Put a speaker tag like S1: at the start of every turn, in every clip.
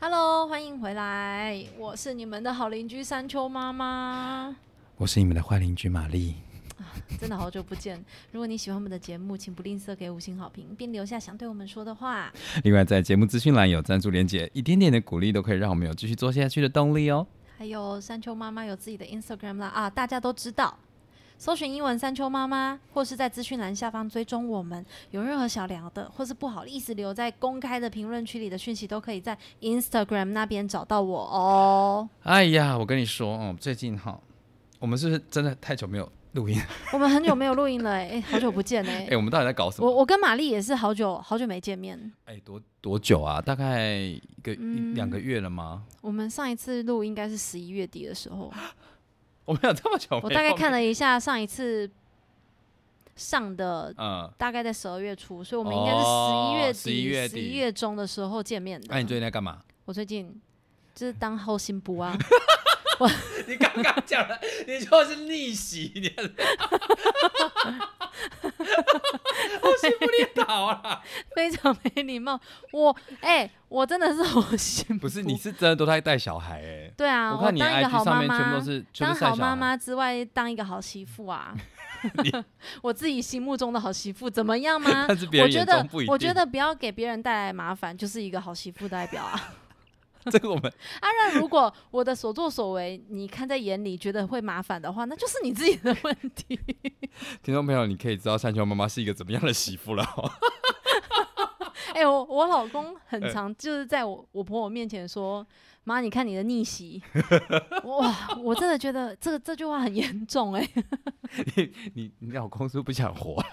S1: Hello，欢迎回来，我是你们的好邻居山丘妈妈。
S2: 我是你们的坏邻居玛丽。
S1: 真的好久不见！如果你喜欢我们的节目，请不吝啬给五星好评，并留下想对我们说的话。
S2: 另外，在节目资讯栏有赞助连结，一点点的鼓励都可以让我们有继续做下去的动力哦。
S1: 还有山丘妈妈有自己的 Instagram 啦啊，大家都知道，搜寻英文山丘妈妈，或是在资讯栏下方追踪我们。有任何想聊的，或是不好意思留在公开的评论区里的讯息，都可以在 Instagram 那边找到我哦。
S2: 哎呀，我跟你说哦，最近哈，我们是不是真的太久没有录音？
S1: 我们很久没有录音了、哎、哎好久不见哎、
S2: 哎、我们到底在搞什
S1: 我
S2: 么？
S1: 我跟玛丽也是好久好久没见面。
S2: 哎，多多久啊？大概一个、一两个月了吗？
S1: 我们上一次录应该是十一月底的时候，
S2: 我们有这么久没有？
S1: 我大概看了一下上一次上的
S2: 嗯，
S1: 大概在十二月初，所以我们
S2: 哦
S1: 应该是十一
S2: 11
S1: 月
S2: 月
S1: 底、
S2: 底
S1: 十一月中的时候见面的。
S2: 那、哎你最近在干嘛？
S1: 我最近就是当后心不啊，
S2: 你刚刚讲的，你就是逆袭，你 我心不裂倒啊！
S1: 非常没礼貌。我哎、我真的是后心
S2: 不是，你是真的都在带小孩哎、
S1: 对啊，我
S2: 我看你的
S1: 当一个
S2: IG
S1: 好
S2: 上
S1: 妈
S2: 面全部
S1: 妈
S2: 都。是全
S1: 当
S2: 部是带
S1: 好
S2: 小
S1: 妈
S2: 孩。
S1: 妈之外，当一个好媳妇啊！ 我自己心目中的好媳妇怎么 样吗？
S2: 但是别
S1: 我
S2: 人
S1: 觉
S2: 眼
S1: 得
S2: 中不一，定。
S1: 我觉得不要给别人带来麻烦，就是一个好媳妇代表啊。
S2: 这个我们
S1: 啊，那如果我的所作所为你看在眼里，觉得会麻烦的话，那就是你自己的问题。
S2: 听众朋友，你可以知道山丘妈妈是一个怎么样的媳妇了、哦。
S1: 哎、我我老公很
S2: 呃
S1: 常就是在我我婆婆面前说：“妈，你看你的逆 袭。”哇，我真的觉得这个这句话很严重哎、
S2: 你你老公是不是不想活啊？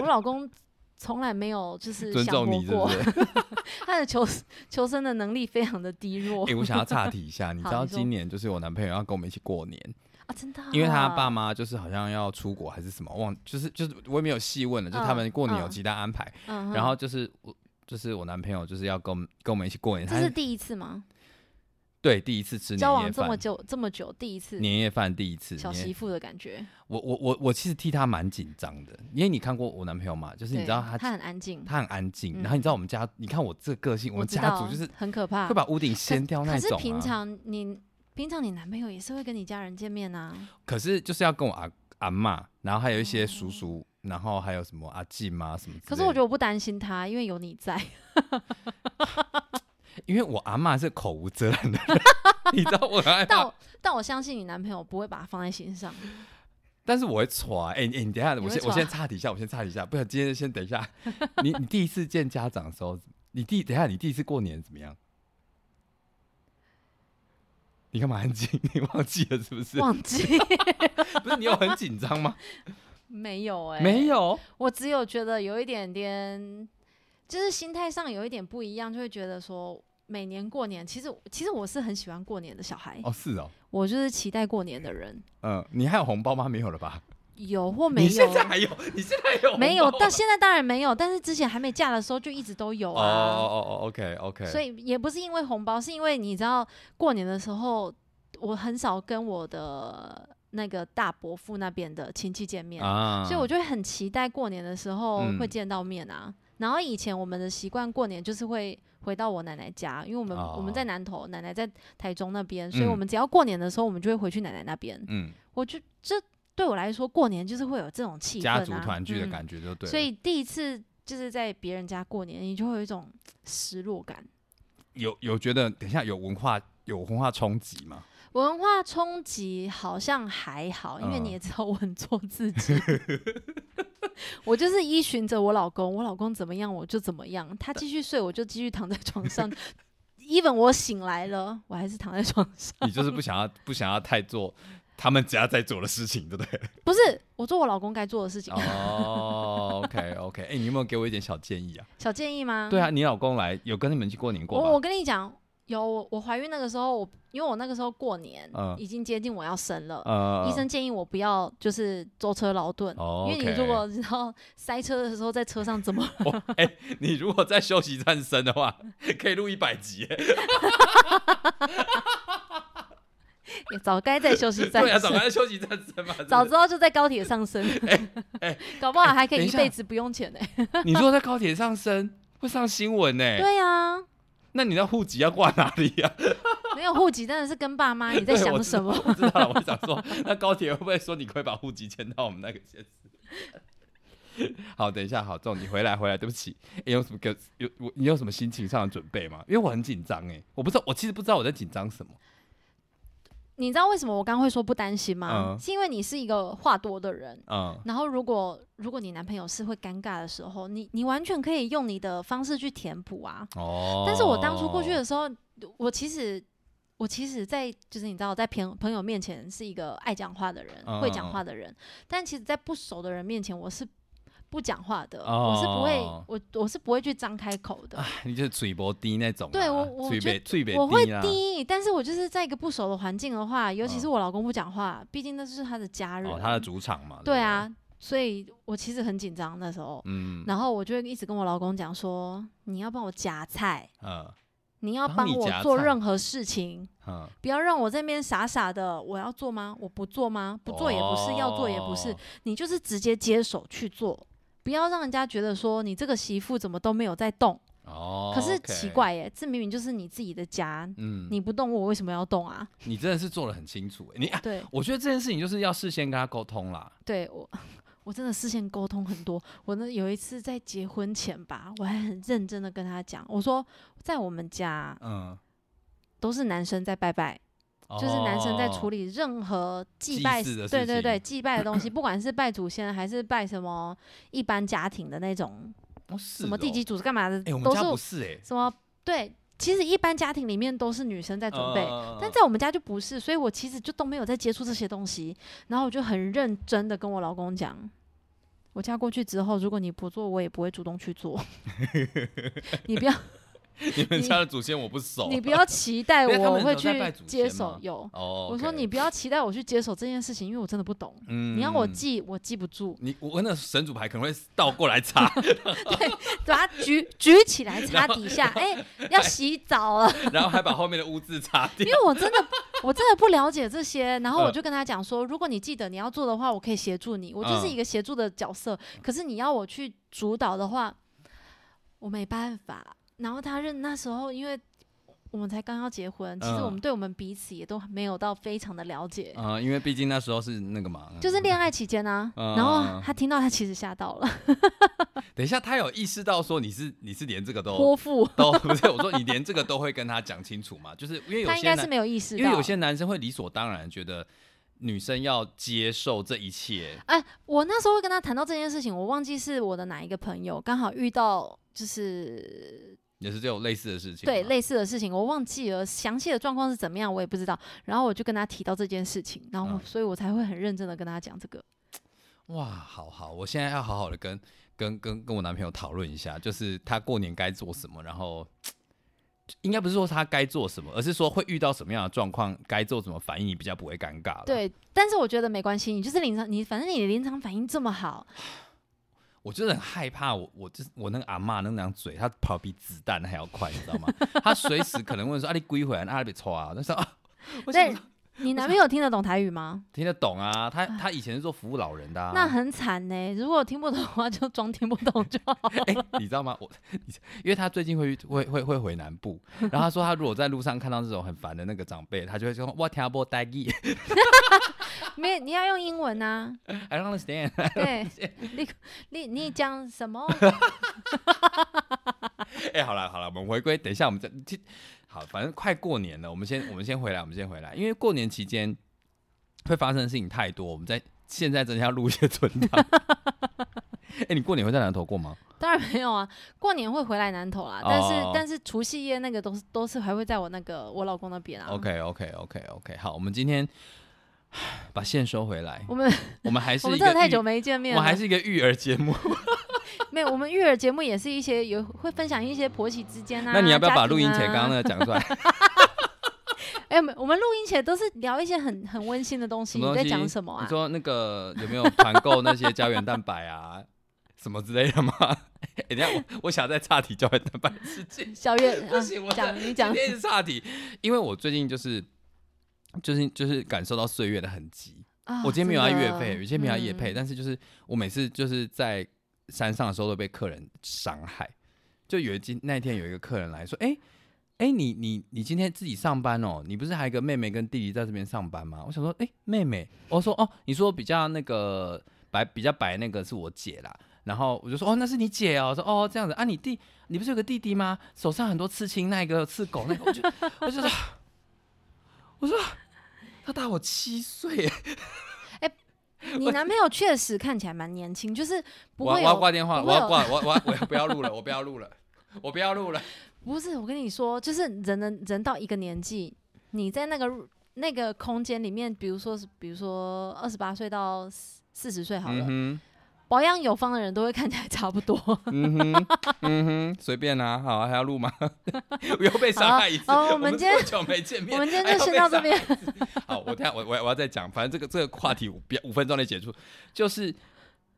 S1: 我老公从来没有就是
S2: 尊
S1: 想
S2: 重
S1: 活
S2: 你是不
S1: 过，
S2: 是？
S1: 他的求求生的能力非常的低弱、
S2: 哎、我想要岔题一下，你知
S1: 好
S2: 道
S1: 你说
S2: 今年就是我男朋友要跟我们一起过年，
S1: 啊，真的啊、
S2: 因为他爸妈就是好像要出国还是什么，忘就是就是我也没有细问了，就他们过年有
S1: 嗯
S2: 其他安排，
S1: 嗯哼，
S2: 然后就是我就是我男朋友就是要跟我们跟我们一起过年，
S1: 这
S2: 他
S1: 是第一次吗？
S2: 对第一次吃
S1: 交
S2: 年夜
S1: 往这么
S2: 饭，
S1: 久这么久，第一次
S2: 年夜饭第一次，
S1: 小
S2: 年夜
S1: 媳妇的感觉，
S2: 我我我我其实替他蛮紧张的，因为你看过我男朋友嘛，就是你
S1: 对
S2: 知道他
S1: 他很安静，
S2: 他很安
S1: 嗯
S2: 静，然后你知道我们家，你看我这个性，我们
S1: 知
S2: 家
S1: 道
S2: 族就是
S1: 很可怕，
S2: 会把屋顶掀掉那
S1: 可是
S2: 种、啊。
S1: 平常你平常你男朋友也是会跟你家人见面啊，
S2: 可是就是要跟我阿阿嬷，然后还有一些叔叔，然后还有什么阿静啊什么之类的。
S1: 哦可是我觉得我不担心他，因为有你 在。
S2: 得，因为我阿嬷是口无遮拦的人， 你知道我很害
S1: 但
S2: 怕，
S1: 我但我相信你男朋友不会把它放在心 上。
S2: 但是我会喘。哎、哎，你等一下，
S1: 你
S2: 我
S1: 会
S2: 先
S1: 戳啊
S2: 我先岔题一下，我先岔题一下，不然今天先等一下。 你你第一次见家长的时候，你第等一下你第一次过年怎么样？你干嘛安静？你忘记了是不是？
S1: 忘 记
S2: 不是你有很紧张 吗？
S1: 没有哎、
S2: 没，有，
S1: 我只有觉得有一点点，就是心态上有一点不一样，就会觉得说。每年过年，其实其实我是很喜欢过年的小孩，
S2: 哦，是哦，
S1: 我就是期待过年的人，
S2: 嗯，你还有红包吗？没有了吧？
S1: 有或 没
S2: 你现
S1: 有，
S2: 在还有，你现在还有红包吗
S1: 没有，但现在当然没有，但是之前还没嫁的时候就一直都有
S2: 哦
S1: 啊。
S2: 哦哦哦，OK OK，
S1: 所以也不是因为红包，是因为你知道过年的时候，我很少跟我的那个大伯父那边的亲戚见面，
S2: 啊，
S1: 所以我就会很期待过年的时候
S2: 嗯
S1: 会见到面啊。然后以前我们的习惯过年就是会回到我奶奶家，因为我们、我们在
S2: 哦
S1: 南投，奶奶在台中那边，所以
S2: 嗯
S1: 我们只要过年的时候，我们就会回去奶奶那边。
S2: 嗯，
S1: 我就这对我来说，过年就是会有这种气氛、啊，
S2: 家族团聚的
S1: 嗯
S2: 感觉就对了。
S1: 所以第一次就是在别人家过年，你就会有一种失落感。
S2: 有有觉得，等一下有文化有文化冲击吗？
S1: 文化冲击好像还好，因为
S2: 嗯
S1: 你也知道我很做自己， 我就是依循着我老公，我老公怎么样我就怎么样，他继续睡我就继续躺在床上，even 我醒来了，我还是躺在床上。
S2: 你就是不想要不想要太做他们家在做的事情，对不对？
S1: 不是，我做我老公该做的事情。
S2: 哦，OK OK，哎，你有没有给我一点小建议啊？
S1: 小建议吗？
S2: 对啊，你老公来有跟你们去过年过
S1: 嗯我我
S2: 吗？
S1: 跟你讲，有我我怀孕那个时候，我因为我那个时候过年、
S2: 嗯
S1: 已经接近我要生了。
S2: 呃
S1: 医生建议我不要就是舟车劳顿，
S2: 哦
S1: 因为你
S2: OK
S1: 如果知道塞车的时候在车上怎么
S2: 我哎、 你如果在休息站生的话，可以录一百集。
S1: 也早该在休息站
S2: 对啊，早
S1: 生
S2: 该在休息站生嘛。真的
S1: 早知道就在高铁上 升， 搞不好还可
S2: 哎等
S1: 以
S2: 一
S1: 一
S2: 下
S1: 辈子不用钱呢、
S2: 你如果在高铁上生，会上新闻呢、
S1: 对啊，
S2: 那你的户籍要挂哪里啊呀、
S1: 没有户籍真的是跟爸妈，你在
S2: 对
S1: 想
S2: 我
S1: 什么？
S2: 我知道了，我想说，那高铁会不会说你可以把户籍迁到我们那个县市？ 好，等一下，好，仲，你回来，回来，对不起，你有什么个有我你有什么心情上的准备吗？因为我很紧张哎，我不知道，我其实不知道我在紧张什么。
S1: 你知道为什么我刚刚会说不担心吗？
S2: 嗯
S1: 是因为你是一个话多的人。
S2: 嗯，
S1: 然后，如果如果你男朋友是会尴尬的时候，你你完全可以用你的方式去填补啊。
S2: 哦
S1: 但是我当初过去的时候，我其实我其实在，就是你知道，在朋朋友面前是一个爱讲话的人，
S2: 嗯
S1: 会讲话的人，但其实，在不熟的人面前，我是不讲话的，
S2: 哦
S1: 我是不会，我我是不会去张开口的。
S2: 啊，你就是嘴薄低那种啊，
S1: 对我我
S2: 嘴
S1: 觉
S2: 北嘴北啊
S1: 我会
S2: 啦。
S1: 低，但是我就是在一个不熟的环境的话，尤其
S2: 嗯
S1: 是我老公不讲话，毕竟那是他的家人，
S2: 哦，他的主场嘛。
S1: 对
S2: 不，
S1: 啊，所以我其实很紧张那时候，
S2: 嗯
S1: 然后我就会一直跟我老公讲说，你要帮我夹菜，
S2: 嗯
S1: 你要
S2: 帮
S1: 帮
S2: 你
S1: 我
S2: 夹
S1: 做
S2: 菜
S1: 任何事情，
S2: 嗯，
S1: 不要让我这边傻傻的，我要做吗？我不做吗？不做也不是，要做也不是
S2: 哦，
S1: 你就是直接接手去做，不要让人家觉得说你这个媳妇怎么都没有在动。
S2: 哦，
S1: 可是
S2: OK
S1: 奇，怪耶，这明明就是你自己的家，
S2: 嗯，你
S1: 你不动我为什么要动啊？
S2: 你真的是做的很清楚欸，你啊，
S1: 对
S2: 我觉得这件事情就是要事先跟他沟通啦。
S1: 对，我我真的事先沟通很多。我那有一次在结婚前吧，我还很认真的跟他讲，我说在我们家
S2: 嗯，
S1: 都是男生在拜拜，就是男生在处
S2: 理
S1: 理任何祭
S2: 哦祭
S1: 拜
S2: 祀的
S1: 对
S2: 事
S1: 对对，
S2: 情
S1: 祭拜的东西，不管是拜祖先还是拜什么一般家庭的那种
S2: 什
S1: 什么地基主是干嘛的，
S2: 哦哎，我们
S1: 都
S2: 家不
S1: 是
S2: 是哎，
S1: 什么对。其实一般家庭里面都是女生在准备，
S2: 嗯
S1: 但在我们家就不是，所以我其实就都没有在接触这些东西。然后我就很认真的跟我老公讲，我嫁过去之后，如果你不做，我也不会主动去 做。你不要，
S2: 你们
S1: 你
S2: 家的祖先我不熟，
S1: 你不要期待
S2: 哦因为他
S1: 我
S2: 们
S1: 会
S2: 有在拜
S1: 去
S2: 祖
S1: 接
S2: 先
S1: 手
S2: 吗。
S1: 有，
S2: 哦，
S1: 我说
S2: OK
S1: 你，不要期待我去接手这件事情，因为我真的不懂。
S2: 嗯
S1: 你让我
S2: 嗯，
S1: 记，我记不住
S2: 你我那神主牌可能会倒过来擦，
S1: 把它举举起来擦底下，哎、要洗澡 了，
S2: 然后还把后面的污渍擦掉
S1: 因。为我真的我真的不了解这些，然后
S2: 嗯
S1: 我就跟他讲说，如果你记得你要做的话，我可以协助你，我
S2: 嗯
S1: 就是一个协助的角色，可是你要我去主导的话，我没办法。然后他认那时候因为。我们才刚要结婚，其实
S2: 嗯
S1: 我们对我们彼此也都没有到非常的了解，
S2: 啊，因为毕竟那时候是那个嘛，
S1: 就是恋爱期间啊。
S2: 嗯
S1: 然
S2: 嗯
S1: 后
S2: 嗯
S1: 他听到，他其实吓到了，
S2: 等一下，他有意识到说你是你是连这个
S1: 泼
S2: 都
S1: 妇。
S2: 都不是，我说你连这个都会跟他讲清楚嘛？就是因为有
S1: 他应
S2: 些
S1: 该是
S2: 男，
S1: 没有意识到，
S2: 因为有些男生会理所当然觉得女生要接受这一切，
S1: 哎，我那时候会跟他谈到这件事情，我忘记是我的哪一个朋友，刚好遇到就是
S2: 也是这种类似的事情嘛。
S1: 对类似的事情，我忘记了详细的状况是怎么样，我也不知道。然后我就跟他提到这件事情，然后、
S2: 嗯
S1: 所以我才会很认真的跟他讲这个。
S2: 哇，好好，我现在要好好的跟跟跟跟我男朋友讨论一下，就是他过年该做什么，然后。应该不是说他该做什么，而是说会遇到什么样的状况，该做什么反应，你比较不会尴尬了。
S1: 对，但是我觉得没关系，你就是临场，你反正你临场反应这么好，
S2: 我真的很害怕我，我就是我那个阿嬷那张嘴，她跑比子弹还要快，你知道吗？ 她随时可能问说：“啊，你归回来，啊，你别错 啊。”那时候啊，我想
S1: 对你男朋友听得懂台语吗？
S2: 听得懂啊，她她以前是做服务老人的、啊，
S1: 那很惨呢、如果听不懂的话，就装听不懂就好。
S2: 哎、你知道吗？我，因为她最近会会会会回南部，然后她说她如果在路上看到这种很烦的那个长辈，她就会说：“我听不懂语
S1: 没，你要用英文啊。
S2: ，I don't understand。
S1: 对，你你你讲什么？
S2: 哎、好了好了，我们回归，等一下我们再听。好，反正快过年了，我们先我们先回来，我们先回来，因为过年期间会发生的事情太多，我们在现在真的要录一些存档。 哎、你过年会在南投过吗？
S1: 当然没有啊，过年会回来南投啦，但是、
S2: 哦
S1: 但是除夕夜那个都是都是还会在我那个我老公那边啊。
S2: OK OK OK OK，好，我们今天 唉把线收回来，
S1: 我们
S2: 我们还是
S1: 我们
S2: 一
S1: 真
S2: 个
S1: 的太
S2: 育
S1: 久没见面
S2: 我
S1: 了，
S2: 们还是一个育儿节目。
S1: 没有，我们育儿节目也是一些有会分享一些婆媳之间啊。
S2: 那你要不要把
S1: 家庭
S2: 录音前
S1: 啊
S2: 刚刚那个讲 出来？
S1: 哎、我们我们录音前都是聊一些很很温馨的东西，
S2: 什么
S1: 你
S2: 东西？
S1: 在讲什么啊
S2: 你？说那个有没有团购那些胶原蛋白啊，什么之类的吗？ 哎、等一下我我想再岔题胶原蛋白的事情，
S1: 小月，
S2: 不行，我
S1: 啊、讲你讲
S2: 今，天是岔题，因为我最近就是就是就是感受到岁月的痕迹。
S1: 啊
S2: 我今天没有要
S1: 真的
S2: 月费，有些没有要夜配，
S1: 嗯
S2: 但是就是我每次就是在山上的时候都被客人伤害。就有一今那一天有一个客人来说，哎、哎、你你你今天自己上班哦？你不是还有一个妹妹跟弟弟在这边上班吗？我想说，哎、妹妹，我说哦，你说比较那个白比较白那个是我姐啦。然后我就说哦，那是你姐哦。我说哦，这样子啊，你弟你不是有个弟弟吗？手上很多刺青，那个刺狗那个，我就我就说， 我说他大我七岁，
S1: 嗯你男朋友确实看起来蛮年轻，就是不
S2: 我要
S1: 会
S2: 我要
S1: 有
S2: 挂电话，
S1: 不
S2: 我
S1: 会
S2: 要
S1: 有
S2: 挂，我我我要不要录了，我不要录了，我不要录了。
S1: 不是，我跟你说，就是人的人到一个年纪，你在那个入那个空间里面，比如说是，比如说二十八岁到四十岁好了，
S2: 嗯
S1: 保养有方的人都会看起来差 不多。
S2: 哼，嗯哼，嗯哼，随便啊，好，还要录吗？ 我又被伤害一次。
S1: 好好啊哦我们
S2: 们
S1: 今天
S2: 多久没见面，
S1: 我们今天
S2: 还要
S1: 就先
S2: 被
S1: 到这
S2: 伤
S1: 边。
S2: 好，哦我等下我我我要再讲，反正这个这个话题我不要五分钟内结束，就是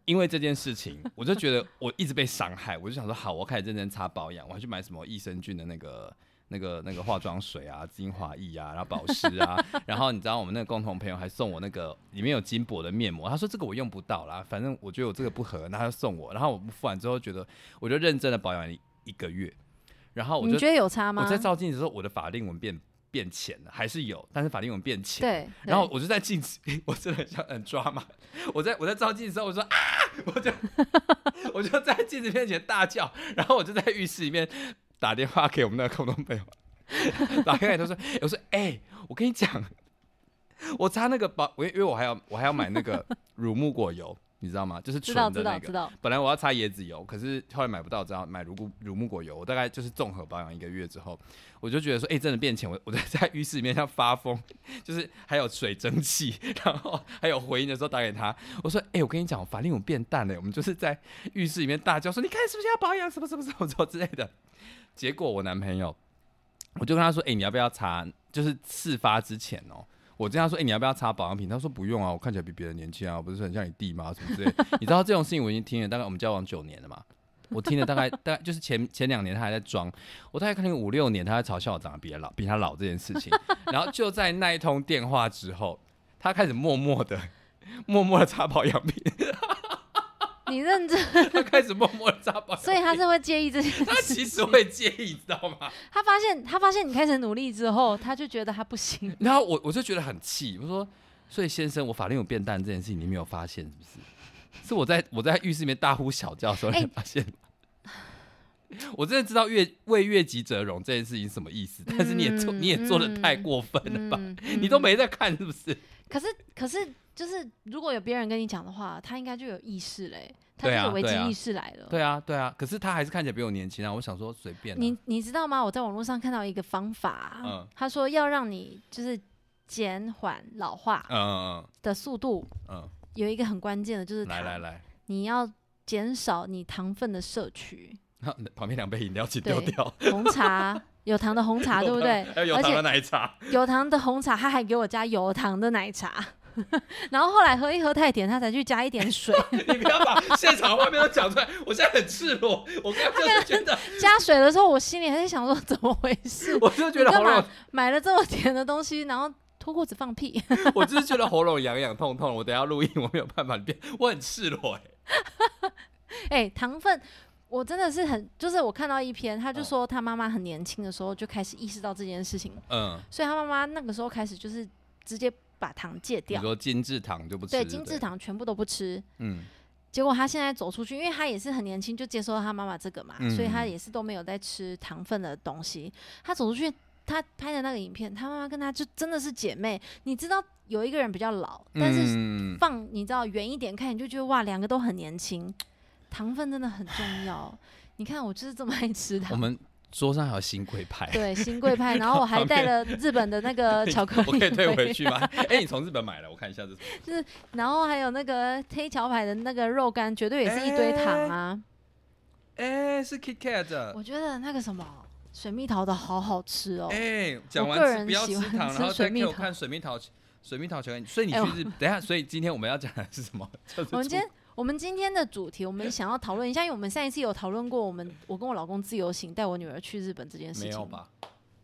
S2: 因为这件事情，我就觉得我一直被伤害，我就想说好，我开始认真擦保养，我还去买什么益生菌的那个。那个那个化妆水啊，精华液啊，然后保湿啊，然后你知道我们那个共同朋友还送我那个里面有金箔的面膜，他说这个我用不到啦，反正我觉得我这个不合，然后他就送我，然后我付完之后觉得我就认真的保养一一个月，然后我
S1: 你
S2: 就
S1: 觉得有差吗？
S2: 我在照镜子的时候，我的法令纹变变浅了，还是有，但是法令纹变浅，
S1: 对，
S2: 然后
S1: 对
S2: 我就在镜子， 我真的很像很抓马。我在我在照镜子的时候，我说啊，我就 我就在镜子面前大叫，然后我就在浴室里面打电话给我们那个空中朋友， 打电话他说，我说哎、我跟你讲，我擦那个保，我因为我还要我还要买那个乳木果油，你知道吗？就是
S1: 知
S2: 纯
S1: 道
S2: 的
S1: 知
S2: 那
S1: 道知
S2: 个。
S1: 道，
S2: 本来我要擦椰子油，可是后来买不到，只好买乳木乳木果油。我大概就是综合保养一个月之后，我就觉得说，哎、真的变浅。我 我在在浴室里面像发疯， 就是还有水蒸气，然后还有回音的时候打给他，我说：“哎、我跟你讲，法令纹变淡了，我们就是在浴室里面大叫说，你看是不是要保养什么什么什么什么之类的。”结果我男朋友，我就跟他说：“哎、你要不要擦？就是事发之前哦。”我跟他说：“哎、你要不要擦保养品？”他说：“不用啊，我看起来比别人年轻啊，我不是很像你弟吗？什么之类的。”你知道这种事情我已经听了大概我们交往九年了嘛，我听了大概大概就是前前两年他还在装，我大概看了五六年他在嘲笑我长得比他老比他老这件事情，然后就在那一通电话之后，他开始默默的。默默的擦保养品，
S1: 你认真，
S2: 他开始默默的擦保养品，
S1: 所以他是会介意这 些。
S2: 他其实会介意，你知道吗？
S1: 他发现他发现你开始努力之后，他就觉得他不 行。
S2: 然后我我就觉得很气，我说，所以先生，我法令有变淡这件事情，你没有发现是不是？是我在我在浴室里面大呼小叫的 时候，
S1: 哎
S2: 你发现吗？我真的知道越为越己者容这件事情是什么意思，但是你也做、
S1: 嗯
S2: 你也做的太过分了吧？
S1: 嗯，
S2: 你都
S1: 嗯
S2: 没在看是不是？
S1: 可是可是就是，如果有别人跟你讲的话，他应该就有意识嘞、他就
S2: 对啊
S1: 有危
S2: 对
S1: 机
S2: 啊
S1: 意识来了。
S2: 对啊，对啊，可是他还是看起来比我年轻啊。我想说随便啊、
S1: 你你知道吗？我在网络上看到一个方法，
S2: 嗯
S1: 他说要让你就是减缓老化
S2: 嗯嗯
S1: 的速度，
S2: 嗯
S1: 有一个很关键的就是
S2: 嗯，来
S1: 糖
S2: 来来，
S1: 你要减少你糖分的摄取，
S2: 旁边两杯饮料请丢
S1: 对
S2: 掉，
S1: 红茶有糖的红茶，对不对？
S2: 还有有
S1: 而
S2: 糖
S1: 且
S2: 的奶茶，
S1: 有糖的红茶，他还给我加有糖的奶茶， 然后后来喝一喝太甜，他才去加一点水，
S2: 你不要把现场画面都讲出来，我现在很赤 裸，我刚刚就是觉得，
S1: 加水的时候，我心里还在想说怎么回事？
S2: 我就觉
S1: 你
S2: 得
S1: 干
S2: 喉
S1: 嘛
S2: 咙，
S1: 买了这么甜的东西，然后脱裤子放屁？
S2: 我就是觉得喉咙痒痒痛痛，我等一下录音我没有办法变，我很赤裸哎、
S1: 哎、糖分，我真的是很，就是我看到一篇，他就说他妈妈很年轻的时候就开始意识到这件事情，
S2: 嗯，
S1: 所以他妈妈那个时候开始就是直接把糖戒
S2: 你
S1: 掉，
S2: 说精致糖就不吃，
S1: 对，
S2: 不
S1: 精致，糖全部都不吃。
S2: 嗯
S1: 结果他现在走出去，因为他也是很年轻就接受到他妈妈这个嘛，
S2: 嗯
S1: 所以他也是都没有在吃糖分的东西。他走出去，他拍的那个影片，他妈妈跟他就真的是姐妹。你知道有一个人比较老，但是
S2: 嗯
S1: 放你知道远一点看，你就觉得哇，两个都很年轻，糖分真的很重 要。你看我就是这么爱吃
S2: 我
S1: 糖，
S2: 们桌上还有新贵派，
S1: 对新贵 派，然后我还带了日本的那个巧克力，
S2: 我可以退 回，去吗？ 哎、你从日本买了，我看一下这是
S1: 然后还有那个黑桥牌的那个肉干，绝对也是一堆糖啊。
S2: 哎，是 Kit Kat 的。
S1: 我觉得那个什么水蜜桃的好好吃哦。
S2: 哎，讲
S1: 个
S2: 完吃
S1: 人
S2: 不要
S1: 喜
S2: 吃
S1: 欢
S2: 糖，
S1: 吃
S2: 然后
S1: 水
S2: 再
S1: 蜜
S2: 给我
S1: 桃
S2: 看水蜜桃，水蜜桃球。所以你去
S1: 哎呦
S2: 日，等一下，所以今天我们要讲的是什么？ 就是
S1: 我们
S2: 出
S1: 今天我们今天的主题，我们想要讨论一下，因为我们上一次有讨论过，我们我跟我老公自由行带我女儿去日本这件事情。
S2: 没有？吧？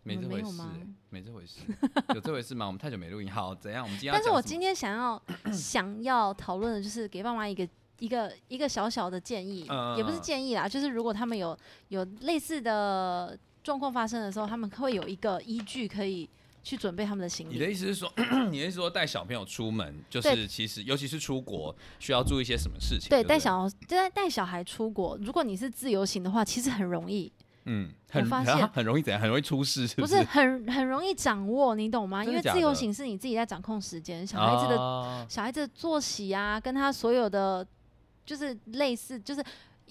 S1: 你
S2: 没
S1: 们
S2: 这
S1: 没
S2: 回
S1: 有
S2: 事
S1: 吗
S2: 欸，没这回事， 有这回事吗？我们太久没录音，好，怎样？我们今天要
S1: 但是
S2: 讲
S1: 我
S2: 什么
S1: 今天想 要想要讨论的就是给爸妈一个一个一个小小的建议，
S2: 嗯嗯
S1: 也不
S2: 嗯
S1: 是建议啦，就是如果他们有有类似的状况发生的时候，他们会有一个依据可以去准备他们的行
S2: 你的
S1: 李。
S2: 意思是说， 你的意思是说带小朋友出门，就
S1: 对
S2: 是其实尤其是出国需要注意一些什么事情？对
S1: 对，
S2: 不对，
S1: 带小带带小孩出国，如果你是自由行的话，其实很容易，
S2: 嗯， 很
S1: 我发
S2: 然后
S1: 现
S2: 很容易怎样？很容易出事，是
S1: 不
S2: 是
S1: 是？很很容易掌握，你懂吗？
S2: 嗯真
S1: 因
S2: 的
S1: 为
S2: 假
S1: 自由
S2: 的
S1: 行是你自己在掌控时间，小孩子的
S2: 哦
S1: 小孩子的作息啊，跟他所有的就是类似，就是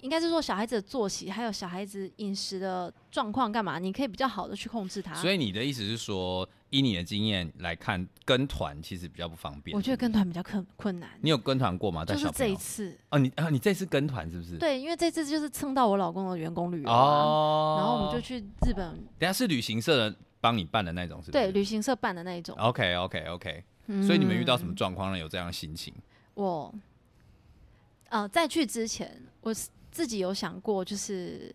S1: 应该是说小孩子的作息，还有小孩子饮食的状况干嘛，你可以比较好的去控制他。
S2: 所以你的意思是说，以你的经验来看，跟团其实比较不方便。
S1: 我觉得
S2: 是不是
S1: 跟团比较困困难，
S2: 你有跟团过吗？带
S1: 就是
S2: 小
S1: 这
S2: 朋
S1: 一
S2: 友
S1: 次，
S2: 哦，你啊，你这次跟团是不是？
S1: 对，因为这次就是蹭到我老公的员工旅游、啊，
S2: 哦，
S1: 然后我们就去日本，
S2: 等一下是旅行社的帮你办的那种，是不
S1: 对，
S2: 是？
S1: 旅行社办的那一种。
S2: OK OK OK，所以你们遇到什
S1: 嗯
S2: 么状况呢？有这样的心情？
S1: 我，呃，在去之前，我是自己有想过，就是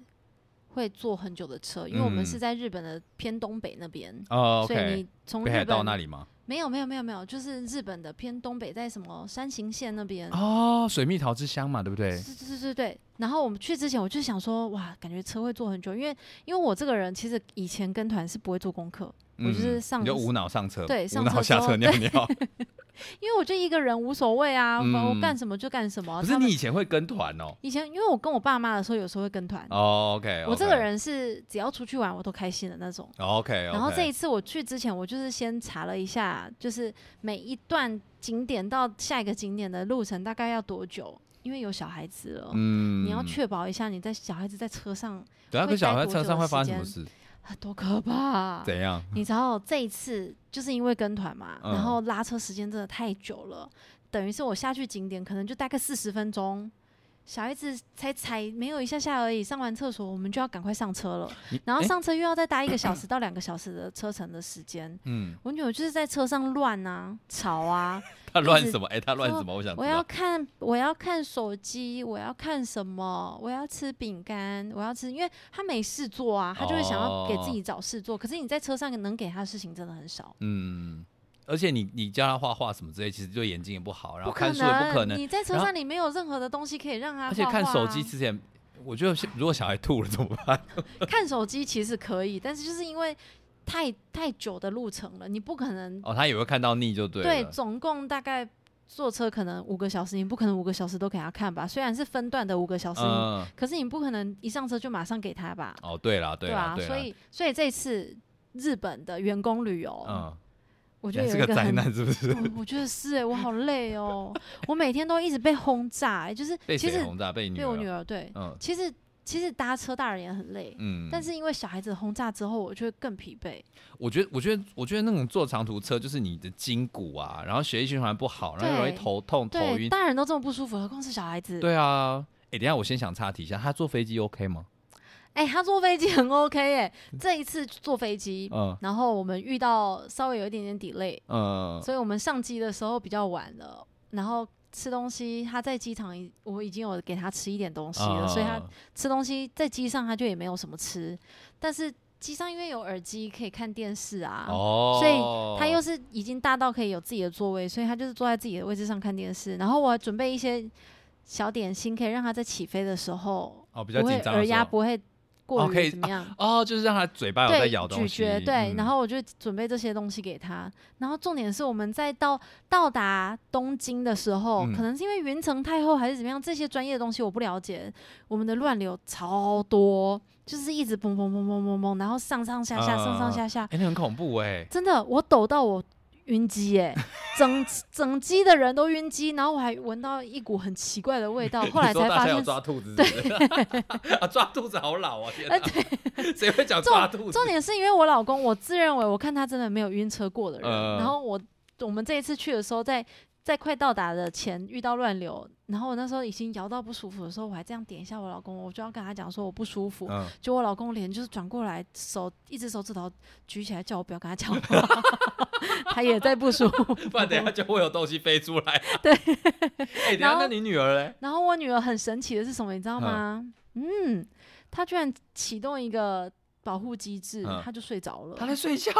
S1: 会坐很久的车，因为我们
S2: 嗯
S1: 是在日本的偏东北那边，
S2: 哦
S1: 所以
S2: ，OK，
S1: 你从
S2: 北
S1: 日
S2: 海
S1: 本
S2: 道那里吗？
S1: 没有没有没有没有，就是日本的偏东北，在什么山形县那边。
S2: 哦，水蜜桃之乡嘛，对不对？
S1: 对对对对对，然后我们去之前我就想说，哇，感觉车会坐很久，因为因为我这个人其实以前跟团是不会做功课，我就是
S2: 嗯
S1: 上
S2: 你就无脑上车，
S1: 对上
S2: 无脑
S1: 车
S2: 下
S1: 之
S2: 车
S1: 后
S2: 尿尿。
S1: 因为我就一个人无所谓啊，
S2: 嗯
S1: 我我干什么就干什么。
S2: 不是
S1: 他
S2: 你
S1: 们
S2: 以前会跟团哦？
S1: 以前，因为我跟我爸妈的时候，有时候会跟团，
S2: 哦，OK，哦
S1: 我这个人是只要出去玩我都开心的那种。
S2: OK，
S1: 然后这一次我去之前，我就是先查了一下，就是每一段景点到下一个景点的路程大概要多久，因为有小孩子了，
S2: 嗯
S1: 你要，确保一下你在小孩子在车上
S2: 等下
S1: 会
S2: 跟小
S1: 待
S2: 孩
S1: 多
S2: 车
S1: 久
S2: 上
S1: 的
S2: 会发
S1: 时
S2: 生什么事？
S1: 啊多可怕啊！
S2: 怎样？
S1: 你知道这一次就是因为跟团嘛，
S2: 嗯
S1: 然后拉车时间真的太久了，等于是我下去景点可能就大概四十分钟。小孩子才踩没有一下下而已，上完厕所我们就要赶快上车了，
S2: 你
S1: 然后
S2: 诶
S1: 上车又要再搭一个小时到两个小时的车程的时间，
S2: 嗯，
S1: 我女儿就是在车上乱啊、吵啊，
S2: 他
S1: 一
S2: 乱
S1: 直
S2: 什么？哎，他乱
S1: 说
S2: 什么？ 我想知
S1: 我要
S2: 道。
S1: 看我要看手机，我要看什么？我要吃饼干，我要吃，因为她没事做啊，她就会想要给自己找事
S2: 哦
S1: 做。可是你在车上能给她的事情真的很少，
S2: 嗯，而且你你教他画画什么之类，其实对眼睛也不好，然后
S1: 可
S2: 看书也不可能，
S1: 你在车
S2: 然后
S1: 上你没有任何的东西可以让她画画啊、
S2: 而且看手机之 前。我觉得是如果小孩吐了怎么办？
S1: 看手机其实可以，但是就是因为太太久的路程了，你不可能
S2: 哦，他也会看到腻就对
S1: 对，
S2: 了。
S1: 总共大概。坐车可能五个小时，你不可能五个小时都给她看吧？虽然是分段的五个小时，
S2: 嗯，
S1: 可是你不可能一上车就马上给她吧？
S2: 哦，对啦，对啦，
S1: 啊，
S2: 对啦，
S1: 所以所以这次日本的员工旅游，
S2: 嗯，
S1: 我
S2: 我
S1: 觉得有
S2: 是
S1: 一
S2: 个灾
S1: 很，
S2: 难，是不是？
S1: 我我觉得是哎、我好累 哦，我每天都一直被轰炸、欸，就是
S2: 被
S1: 其
S2: 谁
S1: 实
S2: 轰炸？被你女
S1: 被我女
S2: 儿
S1: 儿对，
S2: 哦？嗯
S1: 其实其实搭车大人也很累。
S2: 嗯，
S1: 但是因为小孩子轰炸之后，我就会更疲惫。
S2: 我觉得，我觉得，我觉得那种坐长途车就是你的筋骨啊，然后血液循环不好，然后容易
S1: 对
S2: 头痛、头
S1: 对，
S2: 晕。
S1: 大人都这么不舒服，何况是小孩子？，
S2: 对啊，哎，等一下我先想插题一下，他坐飞机 OK 吗？
S1: 哎、他坐飞机很 OK 哎、 这一次坐飞机，
S2: 嗯
S1: 然后我们遇到稍微有一点点 delay，
S2: 嗯，
S1: 所以我们上机的时候比较晚了，然后吃东西，他在机场已我已经有给他吃一点东西了，所以他
S2: 嗯
S1: 吃东西在机上他就也没有什么吃，但是机上因为有耳机可以看电视啊。
S2: 哦，
S1: 所以他又是已经大到可以有自己的座位，所以他就是坐在自己的位置上看电视。然后我还准备一些小点心，可以让他在起飞的时候
S2: 哦比较
S1: 不会
S2: 紧张的
S1: 耳
S2: 时
S1: 压
S2: 候，
S1: 不会
S2: 哦
S1: 过
S2: 可以
S1: 于怎么样。
S2: 哦，就是让他嘴巴有在
S1: 对，
S2: 咬东
S1: 咀
S2: 西，
S1: 嚼对，
S2: 嗯
S1: 然后我就准备这些东西给他。然后重点是我们在到到达东京的时候，
S2: 嗯
S1: 可能是因为云层太厚还是怎么样，这些专业的东西我不了解，我们的乱流超多，就是一直嘣嘣嘣嘣嘣嘣，然后上上下下，上上下下，
S2: 哎，那很恐怖哎，
S1: 真的我抖到我。晕机哎、整整机的人都晕机，然后我还闻到一股很奇怪的味 道， 后来
S2: 你说
S1: 才
S2: 大
S1: 发
S2: 家有
S1: 现
S2: 抓兔子，是不是 啊，抓兔子好老啊，天
S1: 呃
S2: 哪，谁会讲
S1: 重
S2: 抓兔子？
S1: 重点是因为我老公，我自认为我看他真的没有晕车过的人，
S2: 嗯
S1: 然后我我们这一次去的时候在。在快到达的前遇到乱流，然后我那时候已经摇到不舒服的时候，我还这样点一下我老公，我就要跟他讲说我不舒服，
S2: 嗯，
S1: 就我老公脸就是转过来，手一只手指头举起来叫我不要跟他讲话， 他也在不舒服。
S2: 不然等一下就会有东西飞出来、啊
S1: 对，
S2: 哎、等一
S1: 然
S2: 下
S1: 后
S2: 那你女儿嘞？
S1: 然后我女儿很神奇的是什么，你知道吗？嗯，她居然启动一个保护机制
S2: 嗯，
S1: 她就睡着了。
S2: 她在睡觉，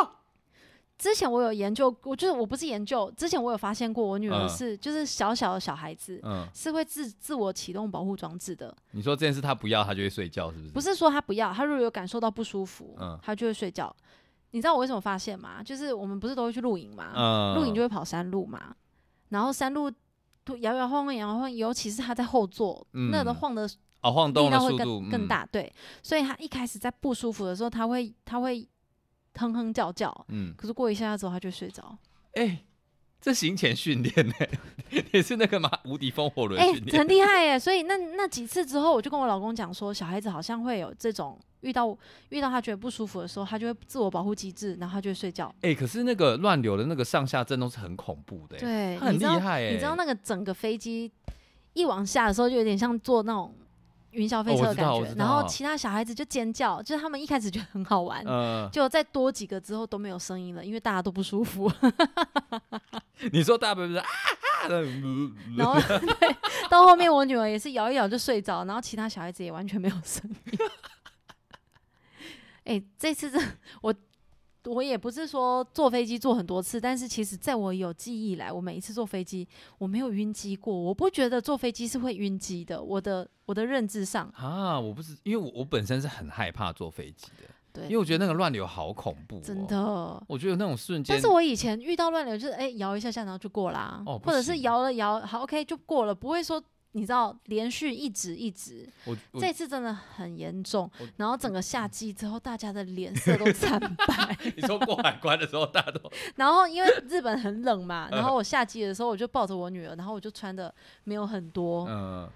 S1: 之前我有研究，我就是我不是研究，之前我有发现过，我女儿
S2: 嗯
S1: 是、就是小小的小孩子。
S2: 嗯，
S1: 是会自自我启动保护装置的，
S2: 你说这件事她不要，她就会睡觉，是不是？
S1: 不，是说她不要，她如果有感受到不舒服，
S2: 嗯
S1: 她就会睡觉。你知道我为什么发现吗？就是我们不是都会去露营吗？
S2: 嗯
S1: 露营就会跑山路嘛，然后山路都摇摇晃晃，摇摇晃晃，尤其是他在后座，那个
S2: 嗯
S1: 晃的力
S2: 哦晃动的
S1: 道会
S2: 速度嗯
S1: 更更，大，对，所以他一开始在不舒服的时候，他会他会哼哼叫叫，
S2: 嗯，嗯
S1: 可是过一下下之后他就睡着，
S2: 哎、这行前训练呢，也是那个嘛无敌风火轮
S1: 哎、
S2: 训练，
S1: 很厉害耶！所以那那几次之后，我就跟我老公讲说，小孩子好像会有这种遇到遇到他觉得不舒服的时候，他就会自我保护机制，然后他就会睡觉。
S2: 哎、可是那个乱流的那个上下震动是很恐怖的，，欸
S1: 对，
S2: 他很
S1: 你知
S2: 厉
S1: 道
S2: 害哎
S1: 你知道那个整个飞机一往下的时候，就有点像坐那种云霄飞车的感
S2: 哦
S1: 觉
S2: 我知道我，知道
S1: 然后其他小孩子就尖叫，就是他们一开始觉得很好玩。
S2: 呃，
S1: 就再多几个之后都没有声音了，因为大家都不舒服。
S2: 你说大伯不是啊啊，的
S1: 然后 对，到后面我女儿也是摇一摇就睡着，然后其他小孩子也完全没有声音。哎、这次这我我也不是说坐飞机坐很多次，但是其实在我有记忆以来，我每一次坐飞机我没有晕机过，我不觉得坐飞机是会晕机的。我的我的认知上，
S2: 啊，我不是，因为我我本身是很害怕坐飞机的，
S1: 对，嗯
S2: 因为我觉得那个乱流好恐怖、哦，
S1: 真，的。
S2: 我觉得那种瞬间，
S1: 但是我以前遇到乱流，就是哎摇、一下下，然后就过啦，
S2: 哦不
S1: 或者是
S2: 行
S1: 摇了摇，好 OK 就过了，不会说你知道连续一直一直。
S2: 我我
S1: 这次真的很严重
S2: 我，
S1: 然后整个
S2: 嗯
S1: 夏季之后，大家的脸色都惨白。
S2: 你说过海关的时候，大家都
S1: 然后因为日本很冷嘛，
S2: 嗯
S1: 然后我夏季的时候，我就抱着我女儿，然后我就穿的没有很多，
S2: 嗯，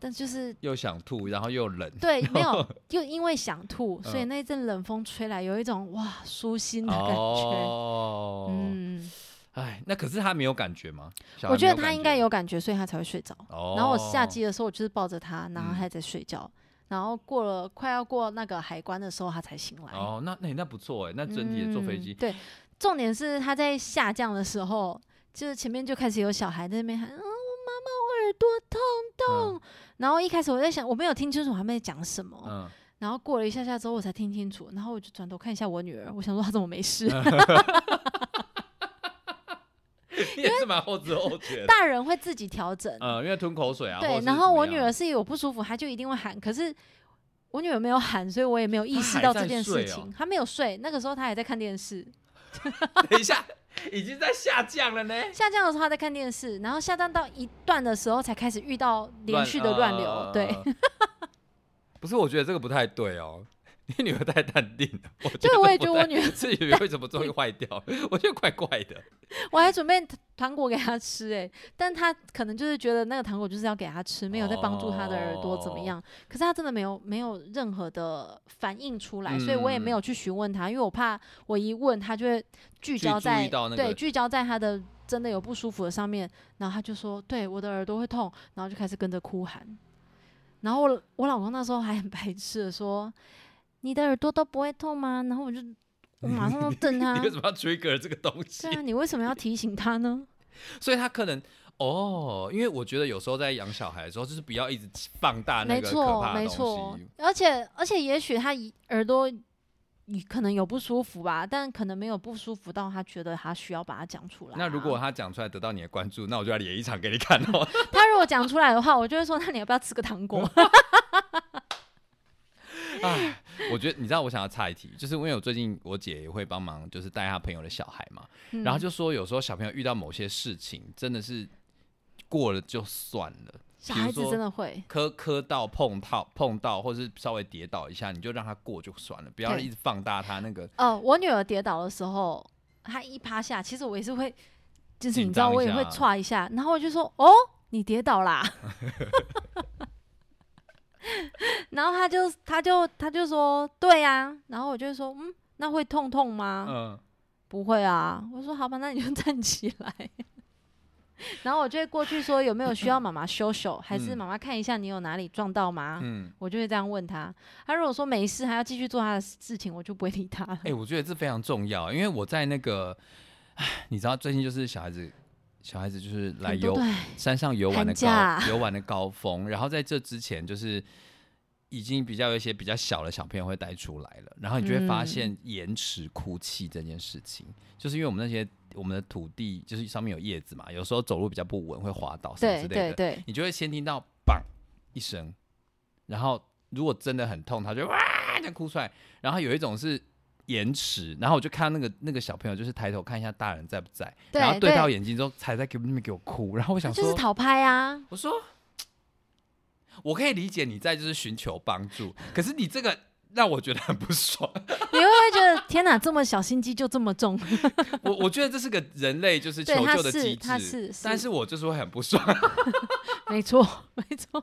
S1: 但就是
S2: 又想吐，然后又 冷，
S1: 对，没 有，就因为想吐，所以
S2: 嗯
S1: 那一阵冷风吹来，有一种哇舒心的感觉。
S2: 哦，
S1: 嗯，
S2: 哎，那可是他没有感觉吗？小孩
S1: 我觉得他
S2: 没感
S1: 应该。有感觉，所以他才会睡着。
S2: 哦，
S1: 然后我下机的时候，我就是抱着他，然后
S2: 嗯
S1: 他还在睡觉。然后过了快要过那个海关的时候，他才醒来。
S2: 哦，那那那不错哎，那整体的坐飞
S1: 嗯
S2: 机，
S1: 对，重点是他在下降的时候，就是前面就开始有小孩在那边喊，嗯，我妈妈，我耳朵痛。
S2: 嗯
S1: 然后一开始我在想，我没有听清楚他们在讲什么。
S2: 嗯，
S1: 然后过了一下下之后，我才听清楚。然后我就转头看一下我女儿，我想说她怎么没事？
S2: 嗯你嗯 也是蛮后知后觉的，
S1: 大人会自己调整，
S2: 嗯，因为吞口水啊，或
S1: 对。
S2: 者是
S1: 然后我
S2: 怎
S1: 女
S2: 么
S1: 儿
S2: 样
S1: 是有不舒服，她就一定会喊，可是。我女儿没有喊，所以我也没有意
S2: 她
S1: 识
S2: 还
S1: 到
S2: 在
S1: 这件事
S2: 睡
S1: 情。
S2: 哦
S1: 她没有睡，那个时候她还在看电视。
S2: 等一下已经在下降了呢，
S1: 下降的时候她在看电视，然后下降到一段的时候才开始遇到连
S2: 乱
S1: 续的乱流。对，，
S2: 呃 不是，我觉得这个不太对哦。你女儿太淡定了，我
S1: 对我也觉得
S2: 不
S1: 我
S2: 太
S1: 女儿
S2: 自己为什么终于坏掉？我觉得怪怪的。
S1: 我还准备糖果给他吃、欸，但他可能就是觉得那个糖果就是要给他吃，没有在帮助他的耳朵怎么
S2: 哦
S1: 样。可是他真的没有没有任何的反应出来，
S2: 嗯
S1: 所以我也没有去询问他，因为我怕我一问他就会聚焦
S2: 去注
S1: 在
S2: 意到那个
S1: 对聚焦在他的真的有不舒服的上面，然后他就说对我的耳朵会痛，然后就开始跟着哭喊。然后我我老公那时候还很白痴的说：“你的耳朵都不会痛吗？”然后我就我马上就瞪他
S2: 你，为什么要 trigger 这个东西
S1: 啊对？啊，你为什么要提醒他呢？
S2: 所以他可能哦，因为我觉得有时候在养小孩的时候，就是不要一直放大那
S1: 没
S2: 个可
S1: 错，
S2: 怕的
S1: 没
S2: 东西。
S1: 错，而且而且，也许他一耳朵你可能有不舒服吧，但可能没有不舒服到他觉得他需要把它讲出来啊、
S2: 那 如果他讲出来得到你的关注，那我就要演一场给你看哦。
S1: 他如果讲出来的话，我就会说，那你要不要吃个糖 果？
S2: 哎，我觉得你知道，我想要插一题，就是因为我最近我姐也会帮忙，就是带她朋友的小孩嘛，嗯
S1: 嗯
S2: 然后就说有时候小朋友遇到某些事情，真的是过了就算了。
S1: 小孩
S2: 比如
S1: 子
S2: 说
S1: 真的会，
S2: 磕磕到碰到碰到，或是稍微跌倒一下，你就让他过就算了，不要
S1: 对
S2: 一直放大他那个。
S1: 哦，我女儿跌倒的时候，她一趴下，其实我也是会，就是你
S2: 紧
S1: 知道，
S2: 张一
S1: 我也
S2: 下
S1: 会
S2: 啊
S1: 歘一下，然后我就说：“哦，你跌倒啦。” 然后她就她就她就说：“对呀、然后我就会说：“嗯，那会痛痛吗？”啊
S2: 嗯，
S1: 不会啊。我说：“好吧，那你就站起来。”然后我就会过去说有没有需要妈妈修修，还是妈妈看一下你有哪里撞到吗？
S2: 嗯，
S1: 我就会这样问他。他如果说没事，还要继续做他的事情，我就不会理他了。
S2: 哎、我觉得这非常重要，因为我在那个，唉你知道最近就是小孩子，小孩子就是来
S1: 很多
S2: 游
S1: 对
S2: 山上游玩
S1: 寒
S2: 的
S1: 假
S2: 高游玩的高峰，然后在这之前就是已经比较有一些比较小的小朋友会带出来了，然后你就会发
S1: 嗯
S2: 现延迟哭泣这件事情，就是因为我们那些我们的土地就是上面有叶子嘛，有时候走路比较不稳会滑倒什么
S1: 对
S2: 之类的，
S1: 对对，
S2: 你就会先听到“砰”一声，然后如果真的很痛，他就哇这样哭出来。然后有一种是延迟，然后我就看到那个那个小朋友就是抬头看一下大人在不在，
S1: 对
S2: 然后对
S1: 对
S2: 到眼睛之后才在给那边给我哭。然后我
S1: 他
S2: 想
S1: 就是
S2: 说，
S1: 讨拍啊。
S2: 我说我可以理解你在就是寻求帮助，可是你这个让我觉得很不爽。
S1: 你会不会觉得天哪，这么小心机就这么重？
S2: 我我觉得这是个人类就是求
S1: 对他
S2: 救的
S1: 是
S2: 机
S1: 他
S2: 制
S1: 是，是
S2: 但是我就是会很不爽。
S1: 没错， 没错。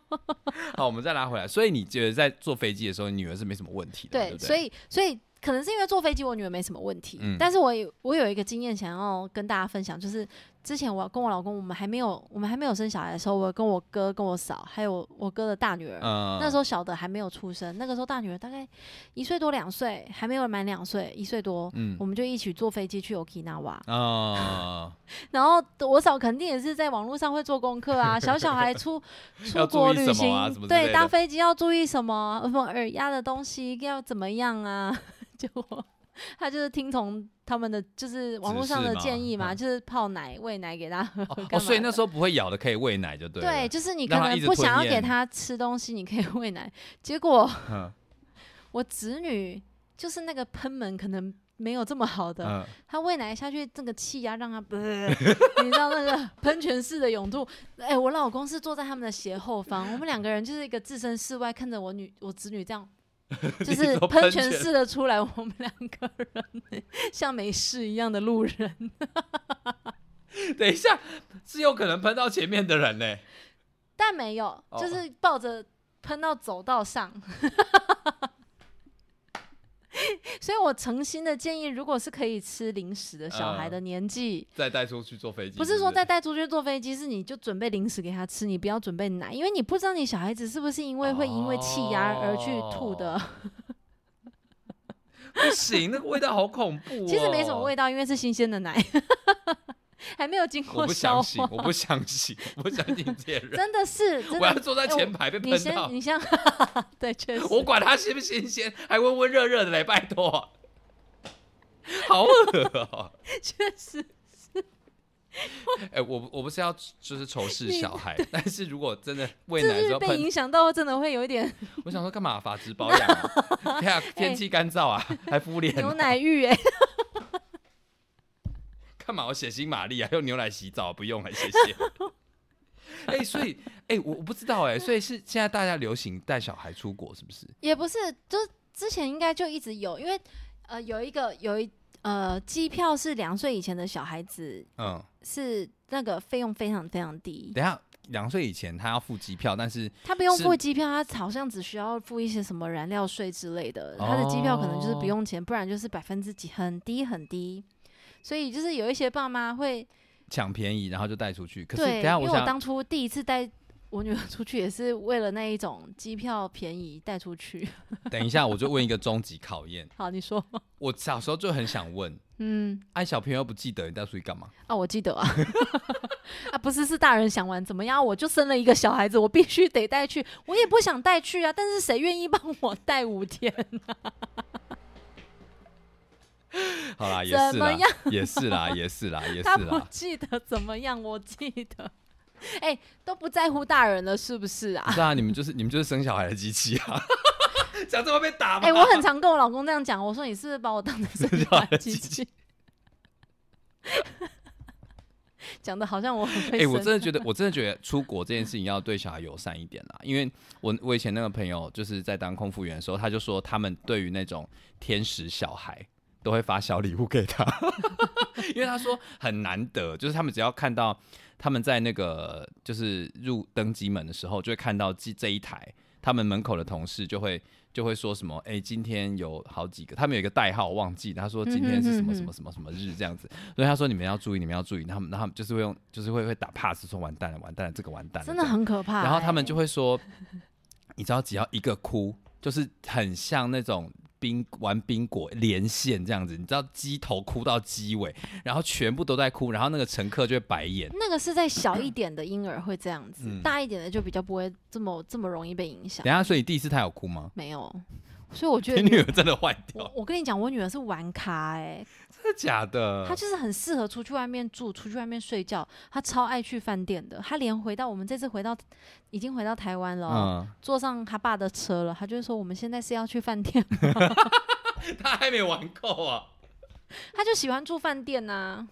S2: 好，我们再拉回来。所以你觉得在坐飞机的时候，你女儿是没什么问题的，对
S1: 对，
S2: 不对？
S1: 所以所以可能是因为坐飞机，我女儿没什么问题。
S2: 嗯
S1: 但是我有我有一个经验想要跟大家分享，就是之前我跟我老公，我们还没有我们还没有生小孩的时候，我跟我哥、跟我嫂，还有我哥的大女儿。
S2: 嗯
S1: 那时候小的还没有出生，那个时候大女儿大概一岁多两岁，还没有满两岁，一岁多，
S2: 嗯
S1: 我们就一起坐飞机去 Okinawa。
S2: 啊，
S1: 然后我嫂肯定也是在网络上会做功课 啊，小小孩出
S2: 要
S1: 出
S2: 注
S1: 国
S2: 意
S1: 旅
S2: 什么啊
S1: 行
S2: 什么，之类
S1: 对，
S2: 的
S1: 搭飞机要注意什么，什么耳压的东西要怎么样啊？ 结果他就是听从他们的，就是网络上的
S2: 指示嘛
S1: 建议嘛，
S2: 嗯
S1: 就是泡奶、喂奶给他喝。
S2: 哦
S1: 干
S2: 哦，
S1: 嘛
S2: 所以那
S1: 的
S2: 时候不会咬的可以喂奶就对了。
S1: 对，就是你可
S2: 让他
S1: 能
S2: 一直
S1: 不
S2: 吞
S1: 想要给
S2: 咽
S1: 他吃东西，你可以喂奶。结果
S2: 嗯
S1: 我 侄女就是那个喷门可能没有这么好的，
S2: 嗯，
S1: 他喂奶下去，这个气压让他， 你知道那个 喷泉式的涌入。哎、我老公是坐在他们的斜后方，我们两个人就是一个置身事外，看着我女我子女这 样，就
S2: 你
S1: 是
S2: 说
S1: 喷
S2: 喷
S1: 泉
S2: 泉
S1: 式的出来，我们两个人像没事一样的路人。
S2: 等一下是有可能喷到前面的人呢。
S1: 但没有，
S2: 哦
S1: 就是抱着喷到走道上。 所以我诚心的建议，如果是可以吃零食的小孩的
S2: 嗯
S1: 年纪，
S2: 再带出去坐飞机，
S1: 不是说再带出去坐飞机，是你就准备零食给他吃，你不要准备奶，因为你不知道你小孩子是不是因为会因为气压而去吐的。
S2: 哦不行，那个味道好恐怖、哦。
S1: 其实没什么味道，因为是新鲜的奶， 还没有经
S2: 我
S1: 过
S2: 不
S1: 消
S2: 相信，
S1: 化。
S2: 我不相信，我不相信这些人。
S1: 啊真的是，真
S2: 我要
S1: 的，哎
S2: 坐在前排被
S1: 你
S2: 喷
S1: 先
S2: 到，，
S1: 你先，对，确实，
S2: 我管它新不新鲜，还温温热热的嘞，拜托。好恶哦！
S1: 确实，
S2: 哎、我不我不是要就是仇视
S1: 你
S2: 小孩，但是如果真的喂
S1: 就
S2: 奶的时
S1: 是
S2: 候
S1: 被
S2: 喷
S1: 影响到，真的会有一点
S2: 我想说干嘛法质保养、 啊？天啊，天气干燥啊，还敷脸、
S1: 牛
S2: 啊，
S1: 奶 浴哎、
S2: 干嘛？我血腥玛丽啊， 用牛奶洗澡不用了，谢谢。 哎、所以哎、我我不知道哎、所以是现在大家流行带小孩出国是不是？
S1: 也不是，就是之前应该就一直有，因为呃有一个有一呃机票是两岁以前的小孩子
S2: 嗯，
S1: 是那个费用非常非常低，
S2: 等一下两岁以前他要付机票，但是
S1: 他不用
S2: 是
S1: 付机票，他好像只需要付一些什么燃料税之类的，他的机票可能就是
S2: 哦
S1: 不用钱，不然就是百分之几很低很低。所以就是有一些爸妈会
S2: 抢便宜然后就带出去。可是等
S1: 对，
S2: 一下
S1: 因为我
S2: 想，
S1: 当初第一次带我女儿出去也是为了那一种机票便宜带出去。
S2: 等一下我就问一个终极考验，
S1: 好，你说，
S2: 我小时候就很想问，
S1: 嗯，
S2: 哎、小朋友不记得你带出去干嘛？
S1: 啊，我记得啊， 啊，不是，是大人想玩怎么样，我就生了一个小孩子，我必须得带去，我也不想带去啊，但是谁愿意帮我带五天？
S2: 好啦，也
S1: 怎
S2: 是
S1: 么
S2: 啦
S1: 样，
S2: 也是啦，也是啦，也
S1: 他
S2: 是
S1: 不
S2: 啦。
S1: 记得怎么样，我记得，哎、都不在乎大人了，是不是啊？
S2: 是啊，你们就是你们就是生小孩的机器啊！ 讲这会被打吧？
S1: 哎、我很常跟我老公这样讲，我说你是不是把我当 成生
S2: 小
S1: 小
S2: 孩
S1: 孩
S2: 机
S1: 机器？ 讲的好像我很会
S2: 哎、
S1: 生，
S2: 我真的觉得，我真的觉得出国这件事情要对小孩友善一点啦。因为我我以前那个朋友就是在当空服员的时候，他就说他们对于那种天使小孩都会发小礼物给他， 因为他说很难得，就是他们只要看到他们在那个就是入登机门的时候，就会看到这这一台。他们门口的同事就会就会说什么，哎、今天有好几个，他们有一个代号我忘记了，他说今天是什么
S1: 嗯哼嗯哼
S2: 什么什么什么日这样子，所以他说你们要注意，你们要注意，他们他们就是会用就是会会打 pass 说完蛋了，完蛋了，这个完蛋了，
S1: 真的
S2: 这样
S1: 很可怕欸、
S2: 然后他们就会说，你知道，只要一个哭，就是很像那种冰玩冰果连线这样子，你知道鸡头哭到鸡尾，然后全部都在哭，然后那个乘客就会白眼。
S1: 那个是在小一点的婴儿会这样子，
S2: 嗯
S1: 大一点的就比较不会这么这么容易被影响
S2: 等。一下，所以你第一次他有哭吗？
S1: 没有，所以我觉
S2: 你女
S1: 得
S2: 儿真的坏掉
S1: 我
S2: 了，
S1: 我跟你讲，我女儿是玩咖哎、
S2: 真的假的？
S1: 他就是很适合出去外面住，出去外面睡觉。他超爱去饭店的。他连回到我们这次回到，已经回到台湾了哦、
S2: 嗯，
S1: 坐上他爸的车了，他就会说我们现在是要去饭店，
S2: 他还没玩够啊！
S1: 他就喜欢住饭店呐、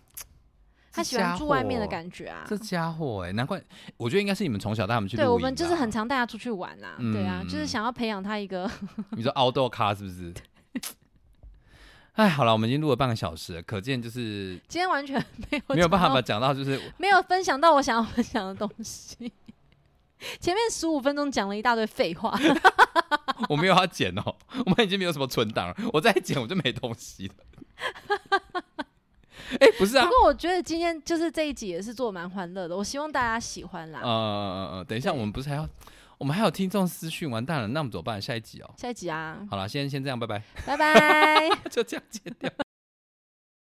S1: 他喜欢住外面的感觉啊
S2: 这。家伙哎、难怪我觉得应该是你们从小带他们去露
S1: 对，
S2: 营吧。
S1: 我们就是很常带他出去玩啊，
S2: 嗯
S1: 对啊，就是想要培养他一个
S2: 你说凹豆咖是不是？哎，好了，我们已经录了半个小时了，可见就是
S1: 今天完全没有
S2: 没有办法
S1: 讲
S2: 把
S1: 到
S2: 讲到就是
S1: 没有分享到我想要分享的东西。 前面十五分钟讲了一大堆废话，
S2: 我没有要剪哦，我们已经没有什么存档了，我再剪我就没东西了。哎、不是啊
S1: 不，过我觉得今天就是这一集也是做得蛮欢乐的，我希望大家喜欢啦。
S2: 呃呃呃，等一下，我们不是还要，我们还有听众私讯，完蛋了，那我们怎么办？下一集哦。
S1: 下一集啊，
S2: 好了，先先这样，拜拜，
S1: 拜拜。
S2: 就这样剪掉。